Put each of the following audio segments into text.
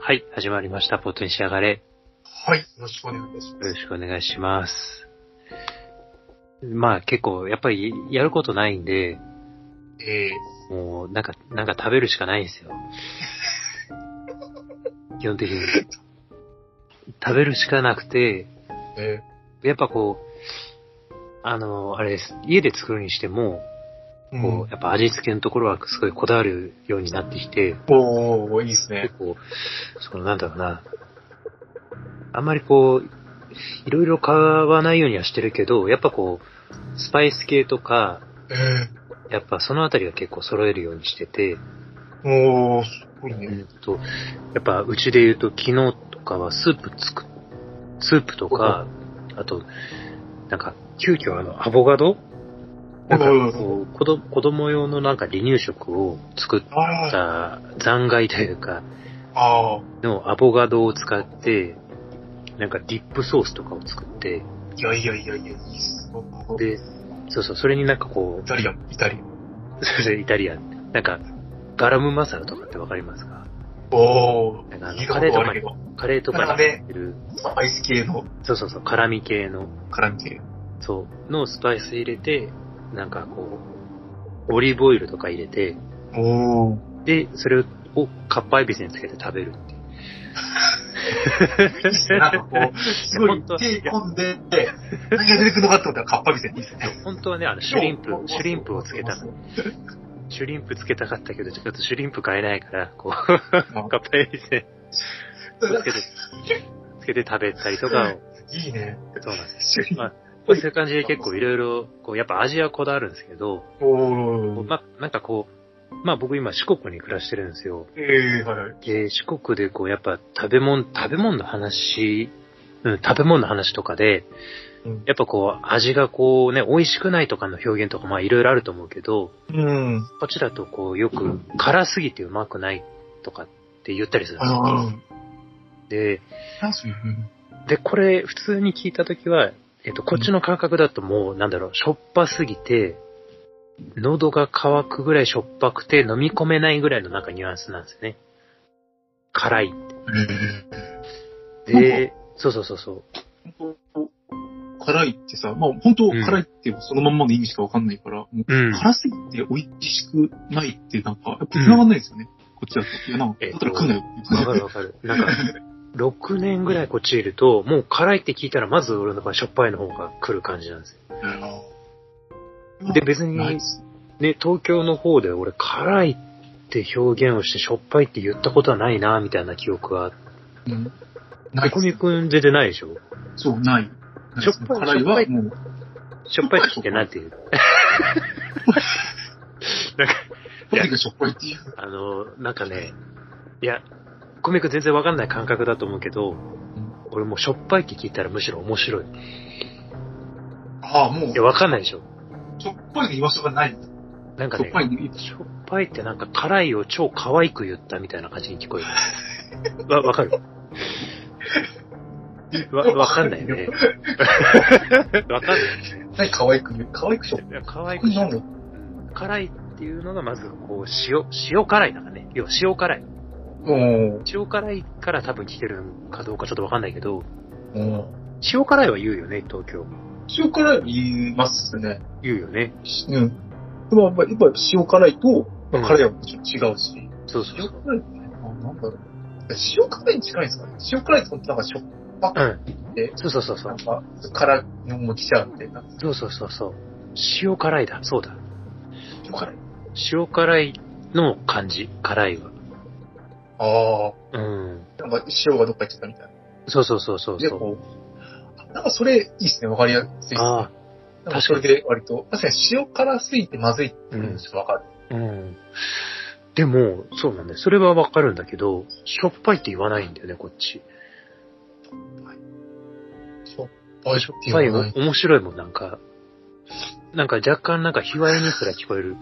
はい、始まりました。ポットに仕上がれ。はい。よろしくお願いいたしまよろす。しくお願いします。まあ結構、やっぱりやることないんで、えもうなんか、なんか食べるしかないんですよ。 基本的に。食べるしかなくて、ー、えやっぱこう、あの、あれです。家で作るにしても、ー、こう、やっぱ味付けのところはすごいこだわるようになってきて、おー、いいですね。結構、そのなんだろうな、あんまりこう、いろいろ買わないようにはしてるけど、やっぱこう、スパイス系とか、えやっぱそのあたりが結構揃えるようにしてて、ー、おー、すごいうね。んと、やっぱうちで言うと昨日とかはスープつく、スープとか、あと、なんか、急遽あの、アボカドなんかうんこう子ど、子供用のなんか離乳食を作っあー、た残骸というか、あー、のアボカドを使って、なんかディップソースとかを作って、いやいやいやいや、いいっす。で、そうそう、それになんかこイタリアン、イタリアン。う、それイタリアン、なんか、ガラムマサラとかってわかりますかおなんかあー、のいいとこ悪いけど、カレーとなかんかにね入ってる、スパイス系のそうそうそう、辛味系の、辛味系。そう、のスパイス入れて、なんかこう、オリーブオイルとか入れて、おー、で、それをカッパエビスにつけて食べるっていう。いいっすね。 なんかこう、すごい手込んで、何が出てくるのかと思ったらカッパみたいでいいっすね。本当はね、あの、シュリンプそう、シュリンプをつけたかシュリンプつけたかったけど、ちょっとシュリンプ買えないから、こう、カッパエビスにつけて、つけて食べたりとかを、いいね。そうなんです。種類まあそういう感じで結構いろいろ、こう、やっぱ味はこだわるんですけど、おー、まあ、なんかこう、まあ僕今四国に暮らしてるんですよ。えー、はいはい。で、四国でこう、やっぱ食べ物、食べ物の話、うん、食べ物の話とかでうん、やっぱこう、味がこうね、美味しくないとかの表現とか、まあいろいろあると思うけど、うん。こっちだとこう、よく辛すぎてうまくないとかって言ったりするんあの、でうん。すで、なんすよ。うんで、これ普通に聞いたときは、えっと、こっちの感覚だともう、なんだろう、しょっぱすぎて、喉が渇くぐらいしょっぱくて飲み込めないぐらいのなんかニュアンスなんですよね。辛い。で、そうそうそうそう。本当辛いってさ、まあ本当辛いってそのまんまの意味しかわかんないから、もううん。辛すぎて美味しくないってなんか、やっぱ繋がんないですよね。こっちだと。いや、なんか、えっだとったら食うなよわかるわかる。なんか、6年ぐらいこっちいると、もう辛いって聞いたら、まず俺の場合しょっぱいの方が来る感じなんですよ。で、別に、ないっね、す東京の方で俺辛いって表現をしてしょっぱいって言ったことはないな、みたいな記憶はあって。うんコないっコすミ君出てないでしょ そう、ない。ないっすねしょっぱい辛いはもう、しょっぱいってなんていういや何がしょっぱいっていう。あの、なんかね、いや、コミック全然わかんない感覚だと思うけど、俺もうしょっぱいって聞いたらむしろ面白い。いああ、もう、や、わかんないでしょ。しょっぱいの居場所がない。しなんかょっね、ぱいの居場所しょっぱいってなんか辛いを超可愛く言ったみたいな感じに聞こえ る。わ、わかるわ、わかんない よね。わかんないない。可愛く言う。可愛くしょっいや。可ぱ愛いくなんだ。辛いっていうのがまずこう塩、塩辛いだからね。要は塩辛い。おー塩辛いから多分来てるのかどうかちょっとわかんないけど、おー塩辛いは言うよね、東京。塩辛い言いますね。言うよね。うん。でもやっぱり塩辛いと、まあ、辛いはもちろん違うし。そうそうそ塩う。辛いって、あ、なんだろう。塩辛いに近いんですかね塩辛いってことなんかしょっぱうくん。て、そうそうそうそな。うんか辛いのも来ちゃうみたいな。そうそうそうそう。塩辛いだ。そうだ。塩辛い。塩辛いの感じ。辛いは。あうん。あ。なんか塩がどっか行っちゃったみたいな。そうそうそうそうで、そう。こう。なんかそれいいっすね。わかりやすいっすね。あなんかそれで割と、確かに塩辛すぎてまずいっていうのちょっとわかる。あ。うん。でも、そうなんだよ。それはわかるんだけど、しょっぱいって言わないんだよね、こっち。しょっぱいししょょっっぱぱいいも面白いもん、なんか。なんか若干なんか卑猥にすら聞こえ る。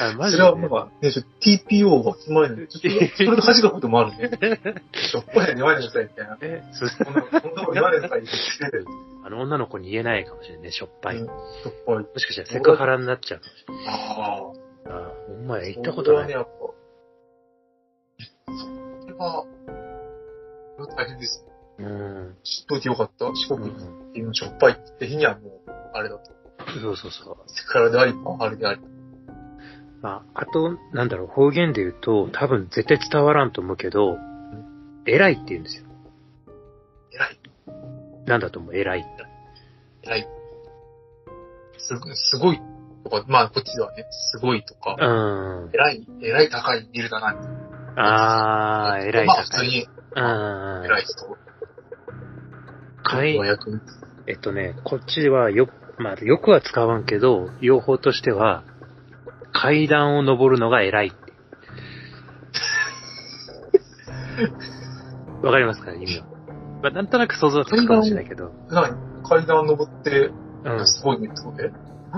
あマそジれではまあ、ね、ちょっと TPO が決まるので、ちょっと それで恥かくこともあるね。 しょっぱいの言わないでくださいみたいな。えそうこんなこんなこと言わないでくださいって言って。あの、女の子に言えないかもしれないね、しょっぱい。うんもしょっぱい。しかしたらセクハラになっちゃうああ。から。お前行ったことそなれい。はね、やっは、これは大変ですね。うん。知っといてよかった。四う国行んっていうのしょっぱいって日にはもう、あれだと。そうそうそう。セクハラであり、パワハラであり。まあ、あと、なんだろう、方言で言うと、多分絶対伝わらんと思うけど、偉いって言うんですよ。偉い、なんだと思う、偉いって。偉い。すごすごいとか、まあこっちではね、すごいとかう、ん。偉い、偉い高いビルだなって。あー、偉いまあ普高通い。うん。に偉い人。かい和訳にえっとね、こっちではよ、まあ、よくは使わんけど、用法としては、階段を登るのが 偉いって。わかりますかね、意味は。まあ、なんとなく想像つくかもしれないけど。何階段登って、うん。すごいねってことで。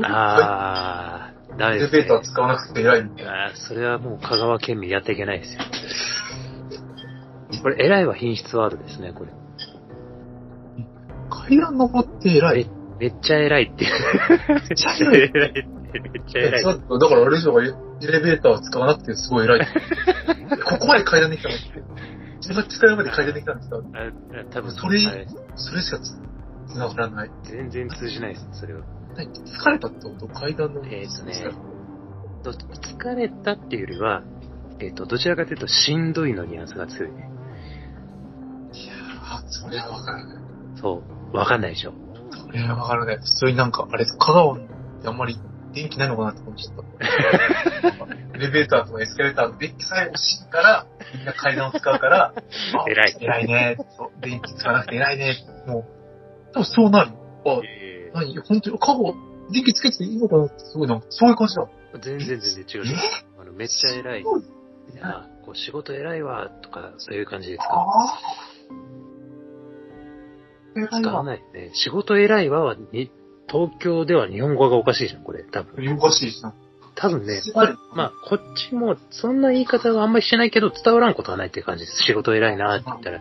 あー、ダメエレです、ベーねタ。ー使わなくて偉いみたいな。あーそれはもう香川県民やっていけないですよ。これ、偉いは品質ワードですね、これ。階段登って偉い。めっちゃ偉いって。 めっちゃ偉い偉いって。めっち ゃ偉いち。ょっと、だからあれでしょ、エレベーター使わなくてすごい偉い。ここまで階段できたの自分の使いまで階段できたんですかあ、多分それはいそれしかつ繋がらない。全然通じないです、それは。何疲れたってこと階段の。えーとねど疲れたっていうよりは、えっ、と、どちらかというと、しんどいのニュアンスが強いね。いやー、それはわからない。そう。わかんないでしょ。それはわからない。普通になんか、あれ、香川ってあんまり電気ないのかなって思っち ゃった。エレベーターとかエスカレーターの電気さえ欲しいから、みんな階段を使 うから、あ偉い偉いね。そう電気使わなくて偉いね。もう、多分そうなる。あ、何本当に、カゴ、電気つけていいのかなって、すごいなんか、そういう感じだ。全然全然違う。あのめっちゃ偉い。いやこう仕事偉いわ、とか、そういう感じで使う。ああ。使わい。ないね。仕事偉いわは、に、東京では日本語がおかしいじゃん、これ。多分。おかしいしな。多分ね、すごいまあ、こっちも、そんな言い方はあんまりしてないけど、伝わらんことはないっていう感じです。仕事偉いなって言ったら。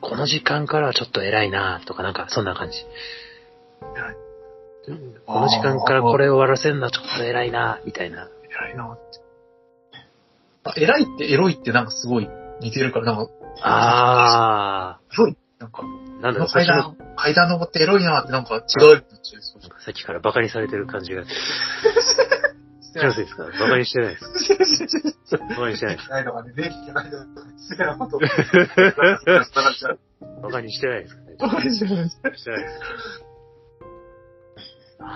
この時間からはちょっと偉いなとか、なんか、そんな感じ。う偉いんこの時間からこれを終わらせるのはちょっと偉いなみたいな。偉いなって。あ偉いってエロいってなんかすごい似てるから、なんか、あエロいなんか、ー、なんだあろのう、最階初の段、階段登ってエロいなってなんか違うってなっちゃいそうじゃんさっきからバカにされてる感じが。気のせいですかバカにしてないです。バカにしてないです。ないのがね、電気ないのがね、すげえなこと。バカにしてないバカにしてないですかね。バ カにしてないです。してないです。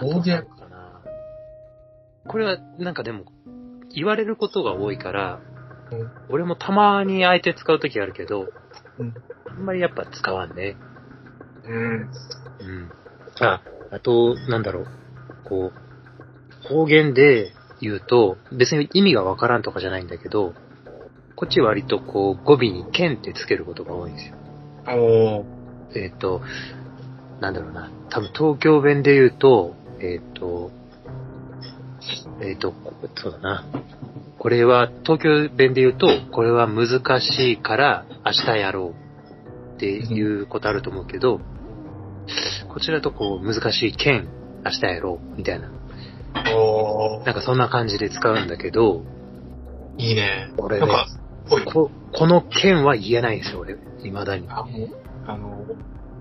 暴言あとなんかな。これは、なんかでも、言われることが多いからうん、俺もたまに相手使うときあるけどうん、あんまりやっぱ使わんね。うん。うん。あ、あと、なんだろう。こう、方言で言うと、別に意味がわからんとかじゃないんだけど、こっち割とこう、語尾に剣ってつけることが多いんですよ。おー。えっ、と、なんだろうな。多分東京弁で言うと、えっ、と、えっ、と、こそうだな。これは、東京弁で言うと、これは難しいから明日やろうっていうことあると思うけど、こちらとこう、難しい剣、明日やろうみたいな。おなんかそんな感じで使うんだけど、いいね。俺なんねか、ぽい。こ、この剣は言えないんですよ、俺。未だに。あ、もう、あの、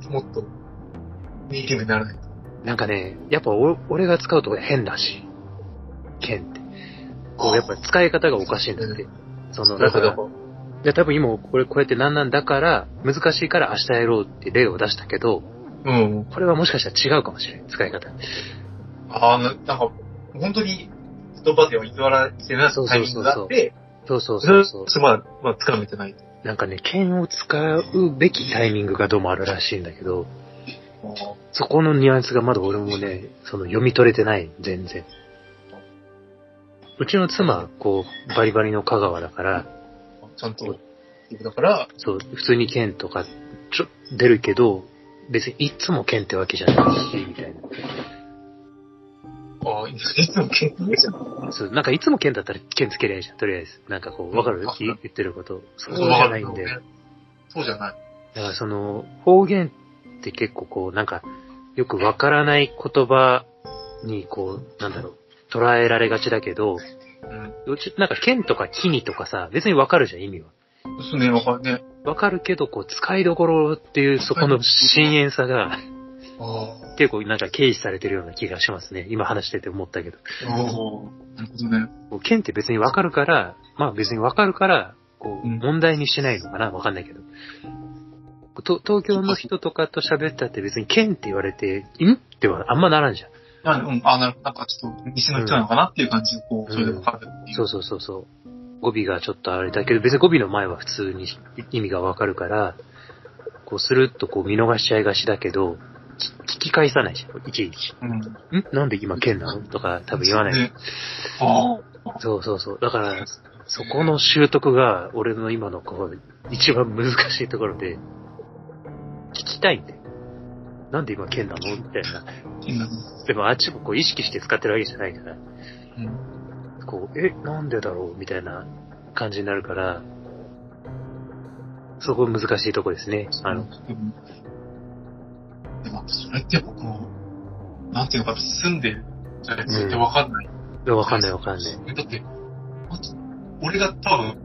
もっと、ネイティブにならないと。なんかね、やっぱお俺が使うと変だし、剣って。こう、やっぱ使い方がおかしいんだって。その、だから、で多分今、これ、こうやってなんなんだから、難しいから明日やろうって例を出したけど、うん。これはもしかしたら違うかもしれない、使い方。あの、なんか、本当に、言葉では偽らせないそうタそうイミンそうそグうがあって、そうそうそれそをうそう。まあ、まあ、掴めてない。なんかね、剣を使うべきタイミングがどうもあるらしいんだけど、そこのニュアンスがまだ俺もね、その読み取れてない、全然。うちの妻、こう、バリバリの香川だから、ちゃんと、だから、そう、普通に剣とか、ちょ、出るけど、別にいつも剣ってわけじゃないし、みたいああ、いつも研究じゃん。わな。そう、なんかいつも剣だったら剣つけりゃいいじゃん、とりあえず。なんかこう、わかるわかる言ってること。そうじゃないんで。だか。そうじゃない。らその、方言って結構こう、なんか、よくわからない言葉に、こう、なんだろう、捉えられがちだけど、うん。どっち、なんか剣とか木にとかさ、別にわかるじゃん、意味は。そうね、わかるね。わかるけど、こう、使いどころっていう、そこの深淵さが、あ結構なんか軽視されてるような気がしますね。今話してて思ったけど。あ。おお。なるほどね。こう剣って別にわかるから、まあ別にわかるから、こう、うん問題にしないのかなわかんないけど。と東京の人とかと喋ったって別に剣って言われて、んってはあんまならんじゃん。あ、うん、あ、なるなんかちょっと、西の人なのかなっていう感じで、こう、それでわかるっていう。そうそうそうそう。語尾がちょっとあれだけど、別に語尾の前は普通に意味がわかるから、こうスルッとこう見逃しちゃいがちだけど、き聞き返さないじゃん、いちいち。うん。んなんで今剣なのとか多分言わない。ね。あそうそうそう。だからあ。、そこの習得が俺の今のこう、一番難しいところで、聞きたいんだよ。なんで今剣なのみたいな。うん。でもあっちもこう意識して使ってるわけじゃないから。うん。こう、え、なんでだろうみたいな感じになるから、そこ難しいとこですね。あの、うん。でも、それって僕も、なんていうのか、住んでるじゃないですか。ってわかんない。わかんないわかんない。だって、あと俺が多分、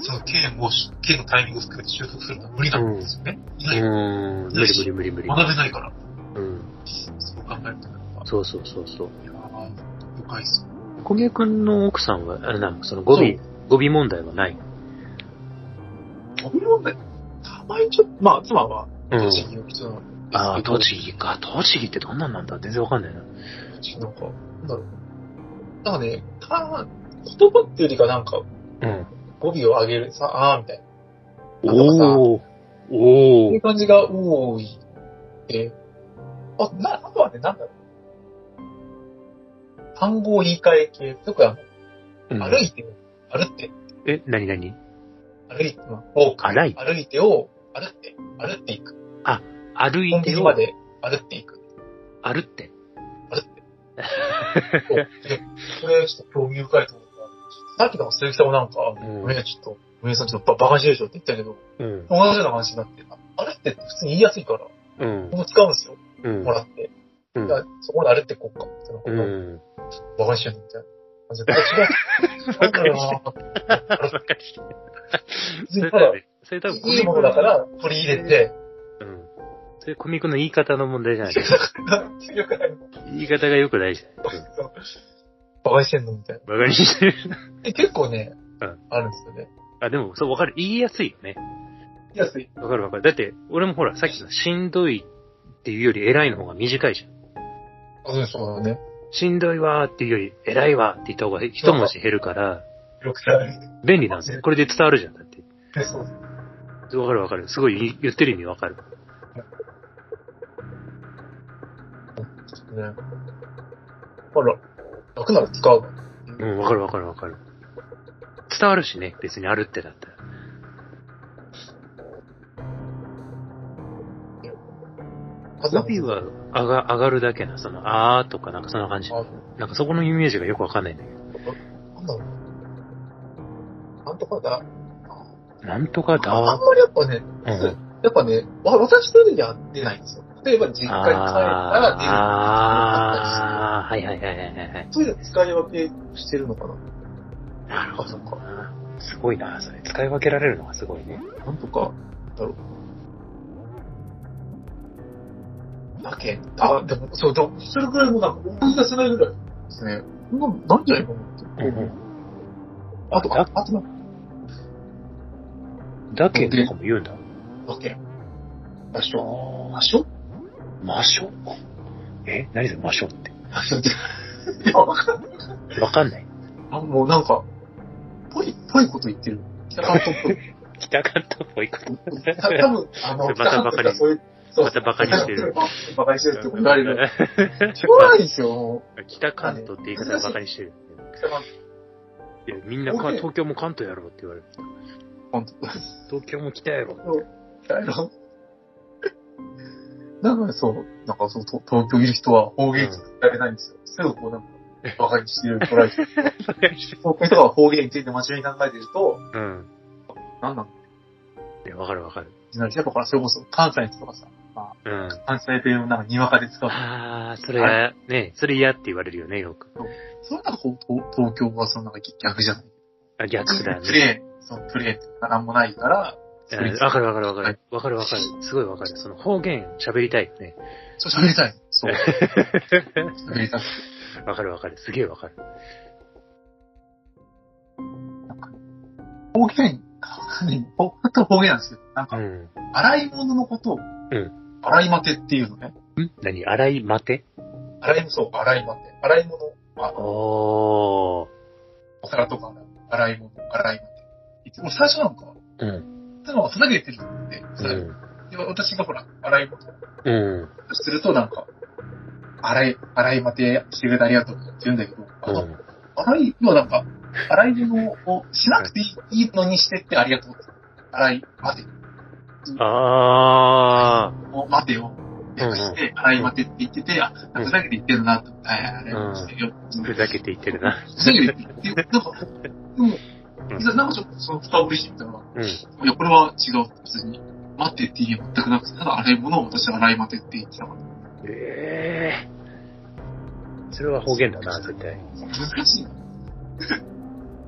その K を、K のタイミングを作って習得するのは無理なんですよね。いうないーん、無理無理無理無理。学べないから。うん。そう考えると、やっぱそうそうそうそう。いやー深いっすよ。小宮くんの奥さんは、あれなんかその語尾そ、語尾問題はない。僕もね、たまにちょっと、まあ、妻は、うん栃木の人なんですけど、ああ、栃木か。栃木ってどんなんなんだ全然わかんないな。栃木なんか、なんだろう。なんかね、た言葉っていうよりかなんか、うん。語尾を上げる、さあーみたいな。おおそおういうお感じが多い。で、あ、な、あとはね、なんだろう。単語を言い換え系、特にあの、歩いて、歩って、え、なになに歩いて、まあ、歩く歩いて歩いてを、歩って、歩っていく。歩コいンビてニまをで歩っていく。歩って。歩って。そうでそれちょっと興味深いと思った。さっきの鈴木さんもなんか、んごめんね、ちょっと、ごめんなさい、ちょっとバカしてるでしょって言ったけど、うん。同じような話になって、あ歩ってって普通に言いやすいから、うん僕。も使うんですよ、うんもらって。うだからそこまで歩ってこうか、ってなんかん。うん。バカにしてるみたいな感じで。違う。バカになんだろわかりましたそれうなた多だ分、それ多分、いいものだから取り入れて、うん。それコミックの言い方の問題じゃ ない。なんていうかなんか言い方が良くないじゃん。そうバカにしてんのみたいな。バカにしてる。で、結構ね、うんあるんですよね。あ、でも、そう、わかる。言いやすいよね。言いやすい。わかるわかる。だって、俺もほら、さっきのしんどいっていうより偉いの方が短いじゃん。あ、そうそうだね。しんどいわーっていうより、偉いわーって言った方が一文字減るから、よくない。便利なんですよ。これで伝わるじゃん、だって。でそうわかるわかる。すごい言ってる意味わかる。ですね。だから、楽なら使うわ。うん、わかるわかるわかる。伝わるしね、別にあるってだったら。数語尾は上が上がるだけな、その、あーとかなんかそんな感じ。あ、なんかそこのイメージがよくわかんないんだけなんだろう。なんとかだ。ど。なんとかだああわ。んまりやっぱね、うん。やっぱね、わ私とでは出ないんですよ。例えば実家に帰ったらあーあー、はいはいはいはいはい。出る。そういう使い分けしてるのかな。なるほどな。すごいな、それ。使い分けられるのがすごいね。なんとか、だろう。だけあ、でも、そう、でも、それぐらいもなんか、思い出せないぐらいですね。そんな、なんじゃないかなって。あと、ああとなんかだけとかも言うんだ。だけ。場あ所。ー場所魔性え何それ魔性っ場所って。いや、わかんない。て。わかんない。あもうなんか、ぽい、ぽいこと言ってる。北関東っぽい。北関東っぽいこと。た多分あの、 またバカにそういう、そうまたバカにしてる。 バカにしてるってことになるよ。しょうがないですよ、もう。 北関東って言い方はバカにしてる。いや、みんなか、俺東京も関東やろって言われる。本当東京も北やろ。だよ。なんかそう、なんかそう、と東京いる人は方言聞かれないんですよ。すぐこうなんか、バカにしてるトライしてる。 バカにしてる。東京とかは方言について真面目に考えてると、うん。なんなんいやわかるわかる。やっぱほら、それこそ関西の人とかさ、まうあ、ん。関西弁をなんかにわかで使う。ああ、それが、ね、それ嫌って言われるよね、よく。それなんかこう東東京はそのなんか逆じゃないあ逆 だプね。レイ、そのプレイってなんもないから、それうんわかるわかるわかる。わかるわかる。すごいわかる。その方言喋りたいよ ね。そう喋りたい。そう。喋りたい。わかるわかる。すげえわかる。方言、ほんと方言なんですけど、なんうか、ん。洗い物のことを、洗いまてっていうのね。ん何洗い待て洗い、そう、洗いまて。洗い物、あおー。お皿とか、洗い物、洗いまて。いつも最初なんか、うん。その、それだけ言ってるんで、うそれん。で私がほら、洗い物うん。するとなんか、洗い、洗いまてしてくれてありがとうって言うんだけど、あうの、ん。洗い、要はなんか、洗い物をしなくていいいいのにしてってありがとうって。洗い、待て、あもう待てを、略して、洗い待てって言ってて、あ、なんかふざけて言ってるなって、はいはい、洗い待てしてるよ。ー。ふざけて言ってるな。ふざけて言ってる。なんか、でも、いざなんかちょっとその深掘りしてみたら、うん。いや、これは違う、普通に。待てって言え全くなくて、ただ洗い物を私は洗い待てって言ってたから。ええー。それは方言だな、絶対。難しいな。い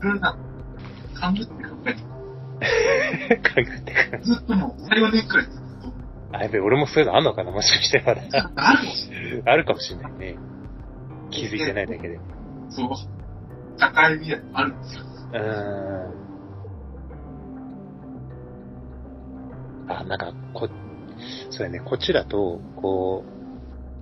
ろいろな、感じって考えて、考えてくる。ずっともう、最後年くらいずっと、 あ、やべえ、俺もそういうのあんのかなもしかしてまだ。あるんですよ。あるかもしれないね。気づいてないだけで。うそう。高い未来あるんですよ。ーん。あ、なんか、こ、そうやね、こっちだと、こ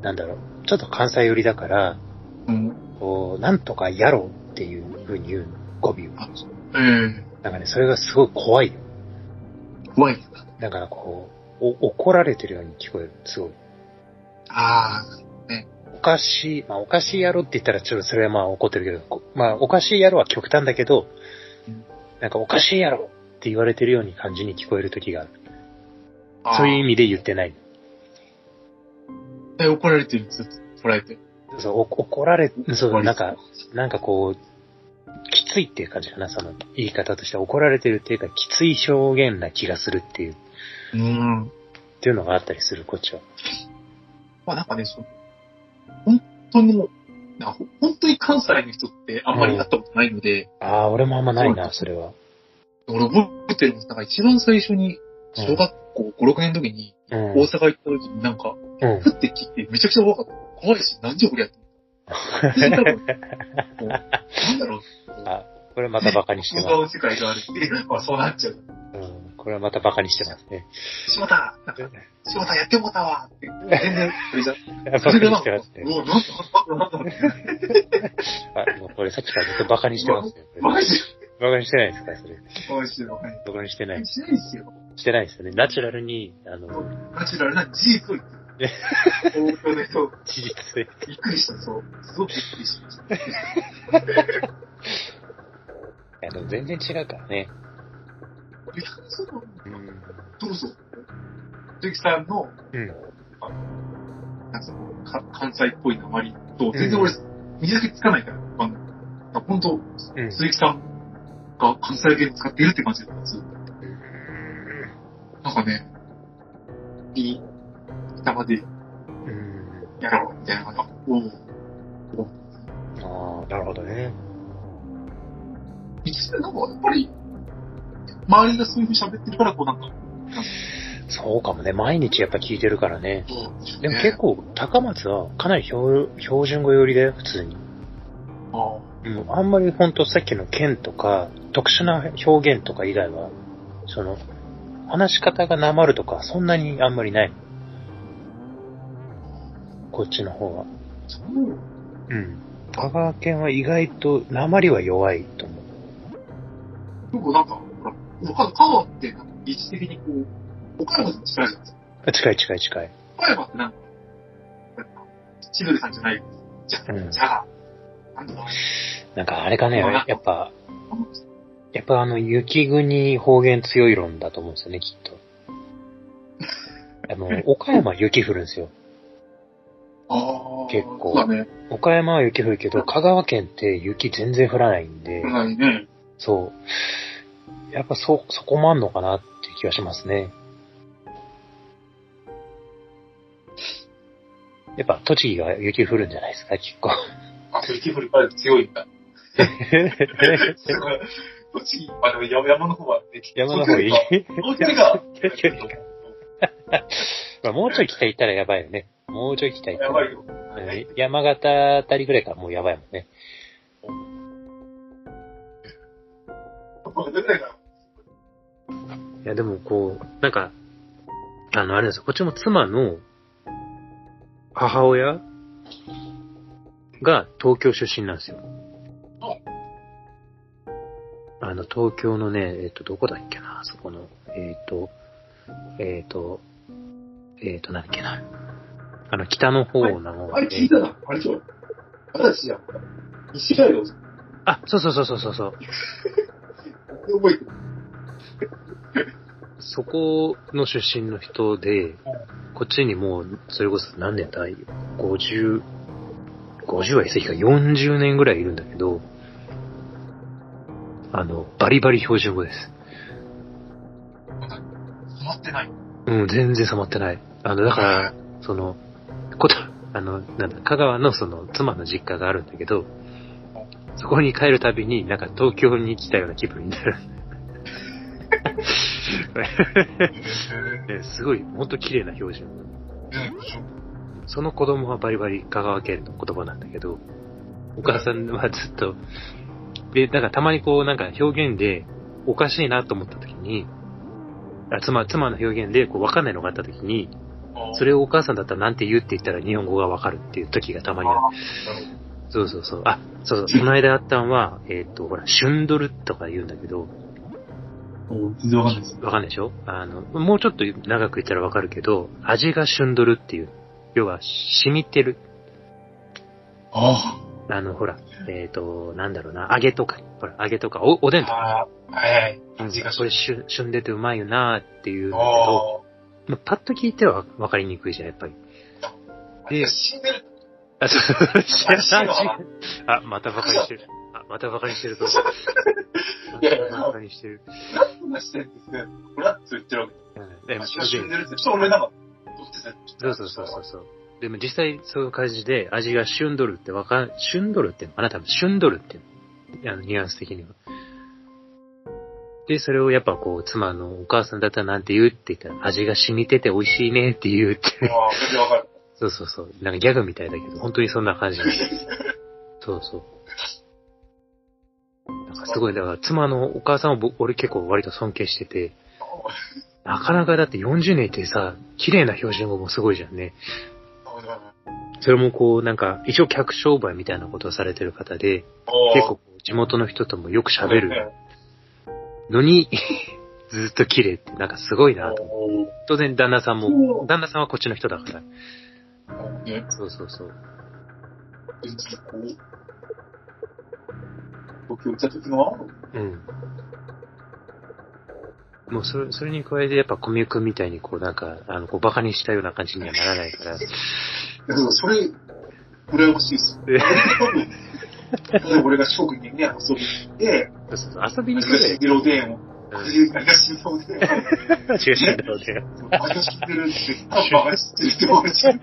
う、なんだろう、ちょっと関西寄りだから、うん。こう、なんとかやろうっていう風に言うの、語尾を。あ、そう。えなんかね、それがすごい怖いよ。え怖いよな。だからこう、お怒られてるように聞こえる、すごい。あおかしい、まあおかしいやろって言ったらちょっとそれはまあ怒ってるけどこ、まあおかしいやろは極端だけどうん、なんかおかしいやろって言われてるように感じに聞こえる時がある。あ。そういう意味。味で言ってない。で怒られてるんですよ。捉えて。そう、お怒られ、そう、怒ならんれてか、なんかこう、きついっていう感じかな、その言い方としては怒られてるっていうか、きつい表現な気がするっていう、っうん。ていうのがあったりする、こっちは。まあなんかね、その、本当にもう、なんか本当に関西の人ってあんまり会ったことないので、ああ、俺もあんまないそな、うそれは。俺覚えてるんです。なんか一番最初に、うん小学校5、6年の時に、うん。大阪行った時になんか、うんふって聞いてめちゃくちゃ怖かった。怖いし、なんじゃこりゃって。で多分こうなんだろう、あ、 これまたバカにして空ま間の世界があるって、まあそうなっちゃう。す。うん。これはまたバカにしてますね。柴田なんか、柴田やってもうたわって。全然、それじゃ、バそカれにがなんしか、てうますね。おなんだ、なんだ、なんだ、あ、もうこれさっきからずっとバカにしてますね。マジで、バカにしてないですかそれ。マジで、わかんない。バカにしてない。しないですよ。してないですよね。ナチュラルに、あの、ナチュラルなジークイえ東京の人、事実で。びっくりした、そう。すごくびっくりしました。いや、でも全然違うからね。ゆたその、うん。どうぞ。鈴木さんの、うん。なんかこうか関西っぽい鉛と、全然俺、見分けつかないから、あの、なんか本う当、ん。鈴木さんが関西弁使ってるって感じだったんですよ。なんかね、いい、下までうん。やろう、みたいな感じ。おうああ、なるほどね。一時なんかやっぱり、周りがそういう風に喋ってるから、こうなんか、そうかもね。毎日やっぱ聞いてるからね。うんでも結構、高松はかなり標標準語寄りだよ、普通に。あうん、あんまりほんとさっきの剣とか、特殊な表現とか以外は、その、話し方がなまるとか、そんなにあんまりない。こっちの方は。あ、そう。うん。香川県は意外と、なまりは弱いと思う。でもなんか、ほら、他の川ってなんか位置的にこう、岡山とも近いじゃないですか。あ近い近い近い。岡山ってなんか、なんか千鳥さんじゃない。じゃ、うんじゃあ、なんだろう。なんかあれかね、うんやっぱ、やっぱあの、雪国方言強い論だと思うんですよね、きっと。あ の、岡山雪降るんですよ。ああ、結構そうだね。岡山は雪降るけど、香川県って雪全然降らないんで、ないね。そう。やっぱそ、そこもあんのかなって気がしますね。やっぱ栃木が雪降るんじゃないですか、結構。雪降りパレード強いんだ。すごい。栃木、あ、でも山山の方はね、 山の方いい。こっちが、 まあもうちょい北行ったらやばいよね。もうちょい北行ったやら。ばいよ。うん山形あたりぐらいからもうやばいもんね。これぐらいがいや、でもこう、なんか、あの、あれなんですよ。こっちも妻の母親が東京出身なんですよあ。あの、東京のね、えっ、と、どこだっけな、そこの、えっ、と、えっ、と、えっ、と、なんだっけな。あの、北の方の、あれ聞いたな。あれそう。私や。西海道。あ、そうそうそうそうそうそう。覚えてる。そこの出身の人で、こっちにもう、それこそ何年だ ?50、50は言い過ぎか、40年ぐらいいるんだけど、あの、バリバリ標準語です。止まってない。うん、全然染まってない。あの、だから、その、こと、あの、なんだ、香川のその、妻の実家があるんだけど、そこに帰るたびに、なんか東京に来たような気分になる。ねすごい、ほんと綺麗な標準語。その子供はバリバリ香川県の言葉なんだけど、お母さんはずっと、で、だからたまにこうなんか表現でおかしいなと思った時に、あ妻、妻の表現でこうわかんないのがあった時に、それをお母さんだったらなんて言うって言ったら日本語がわかるっていう時がたまにある。そうそうそう。あ、そうそう。この間あったんは、えっ、と、ほら、シュンドルとか言うんだけど、全然わかんないです。わかんないでしょあの、もうちょっと長く言ったらわかるけど、味がシュンドルっていう、要は染みてる。ああの、ほら、えっ、と、なんだろうな、揚げとか、ほら、揚げとか、お、おでんとか、あー、はいはい。味味ががこれ旬、旬でてうまいよなーっていうんだけど、あまあ、パッと聞いてはわかりにくいじゃん、やっぱり。あ。いや、死んでる。あ、そう、知ら知らな。ない あ、またバカにしてる。あ、またバカに してるぞ。まいやいやたバカにしてる。何そんなしてるんですね。フラッツ言ってるわけ。うんえ、私が死んでるって、ちょっと俺なんか、どっちだそうそうそうそうそう。でも実際そういう感じで味がシュンドルってわかん、シュンドルっていうのかな多分シュンドルっていうの。あの、ニュアンス的には。で、それをやっぱこう、妻のお母さんだったらなんて言うって言ったら、味が染みてて美味しいねって言うっていう。 ああ、全然わかる。そうそうそう。なんかギャグみたいだけど、本当にそんな感じ。そうそう。なんかすごい、だから妻のお母さんを僕俺結構割と尊敬してて、なかなかだって40年ってさ、綺麗な標準語もすごいじゃんね。それもこう、なんか、一応客商売みたいなことをされてる方で、結構こう地元の人ともよく喋る。のに、 ずっと綺麗って、なんかすごいなと。当然旦那さんそも、う旦那さんはこっちの人だから。ね、そうそうそう。こう。僕行った時のうん。もうそれ、それに加えてやっぱ小宮君みたいにこうなんか、あの、こうバカにしたような感じにはならない から。だからそれ、羨ましいっす。例えば俺が翔くんにね、遊びに行って、そうそうそう、遊びに東来る。ロデーンを、うん 東ロデーンを、中心だろうね。私知ってるって、パパが知ってるって思われちゃう。いい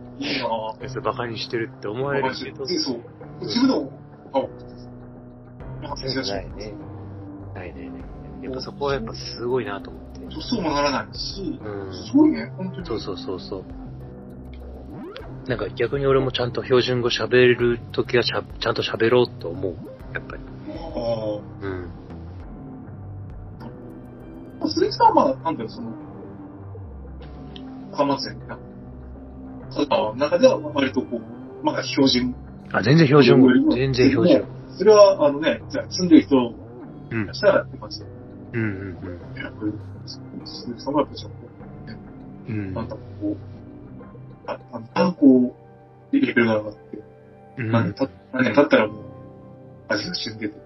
なぁ。そうバカにしてるって思われるけど。そう。自分でも、あ、先生ないね。ないね。やっぱそこはやっぱすごいなと思って。そうもならないし、うん。すごいね、本当に。そうそうそうそう。なんか逆に俺もちゃんと標準語喋るときはしゃちゃんと喋ろうと思う。やっぱり。あうん。あ。鈴木さんはまだ、なんだよ、その、かませんな。カの中では割とこう、まだ標準。あ、全然標準語。全然標準語。。それは、あのね、じゃ住んでる人うん。したらって感じで。うんうん鈴木さんはやっぱちょっうん。うんと、なんだこう、あ、あの、こう、レベルが上がって、う 何年ん。経っ何年経ったらもう、味が死んでて。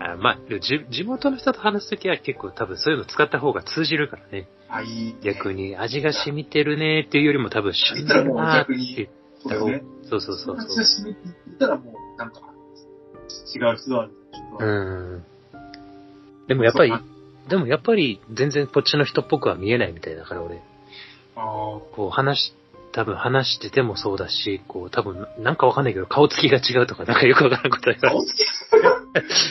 あまあ、じ地元の人と話すときは結構多分そういうの使った方が通じるからね。 あ、いい。逆。に味が染みてるねっていうよりも多分染みてるなーってそうだよね。 そうそうそう味そがう。死んでたらもう、なんか、違う人だ。うん。でもやっぱり、でもやっぱり全然こっちの人っぽくは見えないみたいだから俺。あこう話し、多分話しててもそうだし、こう多分なんかわかんないけど顔つきが違うとかなんかよくわからんことあ。がつけ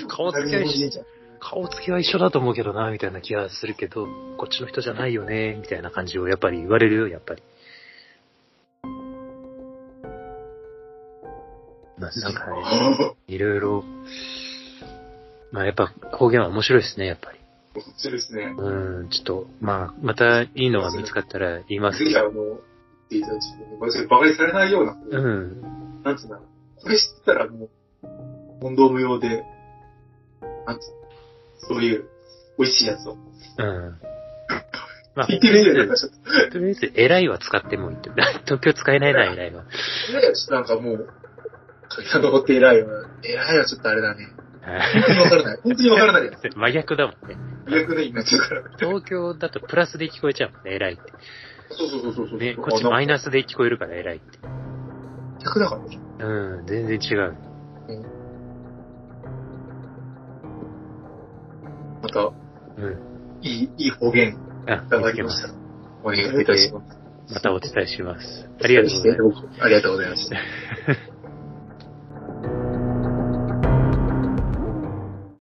顔つきは一緒、顔つきは一緒だと思うけどな、みたいな気がするけど、こっちの人じゃないよね、みたいな感じをやっぱり言われるよ、やっぱり。ななんかね、いろいろ、まあやっぱ方言は面白いですね、やっぱり。そうですね。うん、ちょっと、まあ、またいいのが見つかったら言いますぜひ、あの、言っていただきたい。バカにされないような、うん。なんつうの、これ知ってたらもう、問答無用で、なんつうのそういう、美味しいやつを。うん。まあ、聞いてみるよね、ちょっと。とりあえず、偉いは使ってもいいって。 東京使えないな、偉いは。偉いはちょっとなんかもう、書き残って偉いよな。偉いはちょっとあれだね。本当にわからない。本当にわからないよ。真逆だもんね。逆でになっちゃうから。東京だとプラスで聞こえちゃうもんね、偉いって。そうそうそうそうそう。ね、こっちマイナスで聞こえるから偉いって。逆だからね。うん、全然違う。また、うん。いい、いい方言あ、いただ見つきけまましすた。。お願いいたします。またお伝えします。ありがとうございます。ありがとうございました。